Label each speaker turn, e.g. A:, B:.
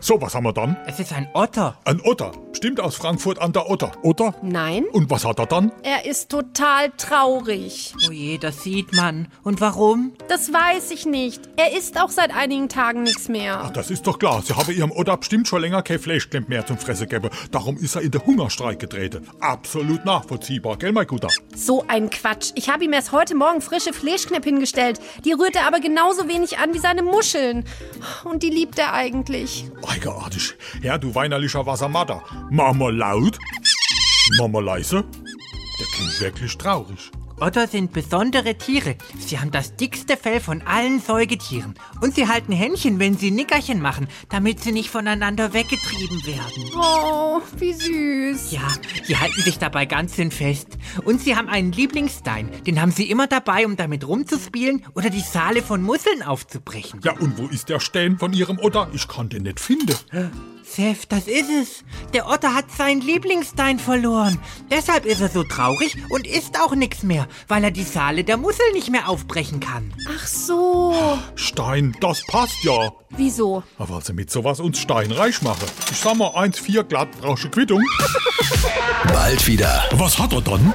A: So, was haben wir dann?
B: Es ist ein Otter.
A: Ein Otter. Stimmt aus Frankfurt an der Otter, oder?
C: Nein,
A: Und was hat er dann?
C: er ist total traurig.
B: Oh je, das sieht man. Und warum?
C: Das weiß ich nicht. Er isst auch seit einigen Tagen nichts mehr.
A: Das ist doch klar. Sie habe ihrem Otter bestimmt schon länger kein Fleischklemmt mehr zum Fressen gegeben. Darum ist er in den Hungerstreik getreten. Absolut nachvollziehbar, gell, mein Guter?
C: So ein Quatsch. Ich habe ihm erst heute Morgen frische Fleischknepp hingestellt. Die rührt er aber genauso wenig an wie seine Muscheln. Und die liebt er eigentlich.
A: Eigenartig. Ja, du weinerlicher Wassermatter. Mama laut, Mama leise. Der klingt wirklich traurig.
B: Otter sind besondere Tiere. Sie haben das dickste Fell von allen Säugetieren. Und sie halten Händchen, wenn sie Nickerchen machen, damit sie nicht voneinander weggetrieben werden.
C: Oh, wie süß.
B: Ja, sie halten sich dabei ganz schön fest. Und sie haben einen Lieblingsstein. Den haben sie immer dabei, um damit rumzuspielen oder die Schale von Musseln aufzubrechen.
A: Ja, und wo ist der Stern von ihrem Otter? Ich kann den nicht finden.
B: Seth, das ist es. Der Otter hat seinen Lieblingsstein verloren. Deshalb ist er so traurig und isst auch nichts mehr, weil er die Schale der Mussel nicht mehr aufbrechen kann.
C: Ach so.
A: Stein, das passt ja.
C: Wieso?
A: Aber weil sie mit sowas uns steinreich machen. Ich sag mal, 1,4 glatt brauchst du Quittung.
D: Bald wieder.
A: Was hat er dann?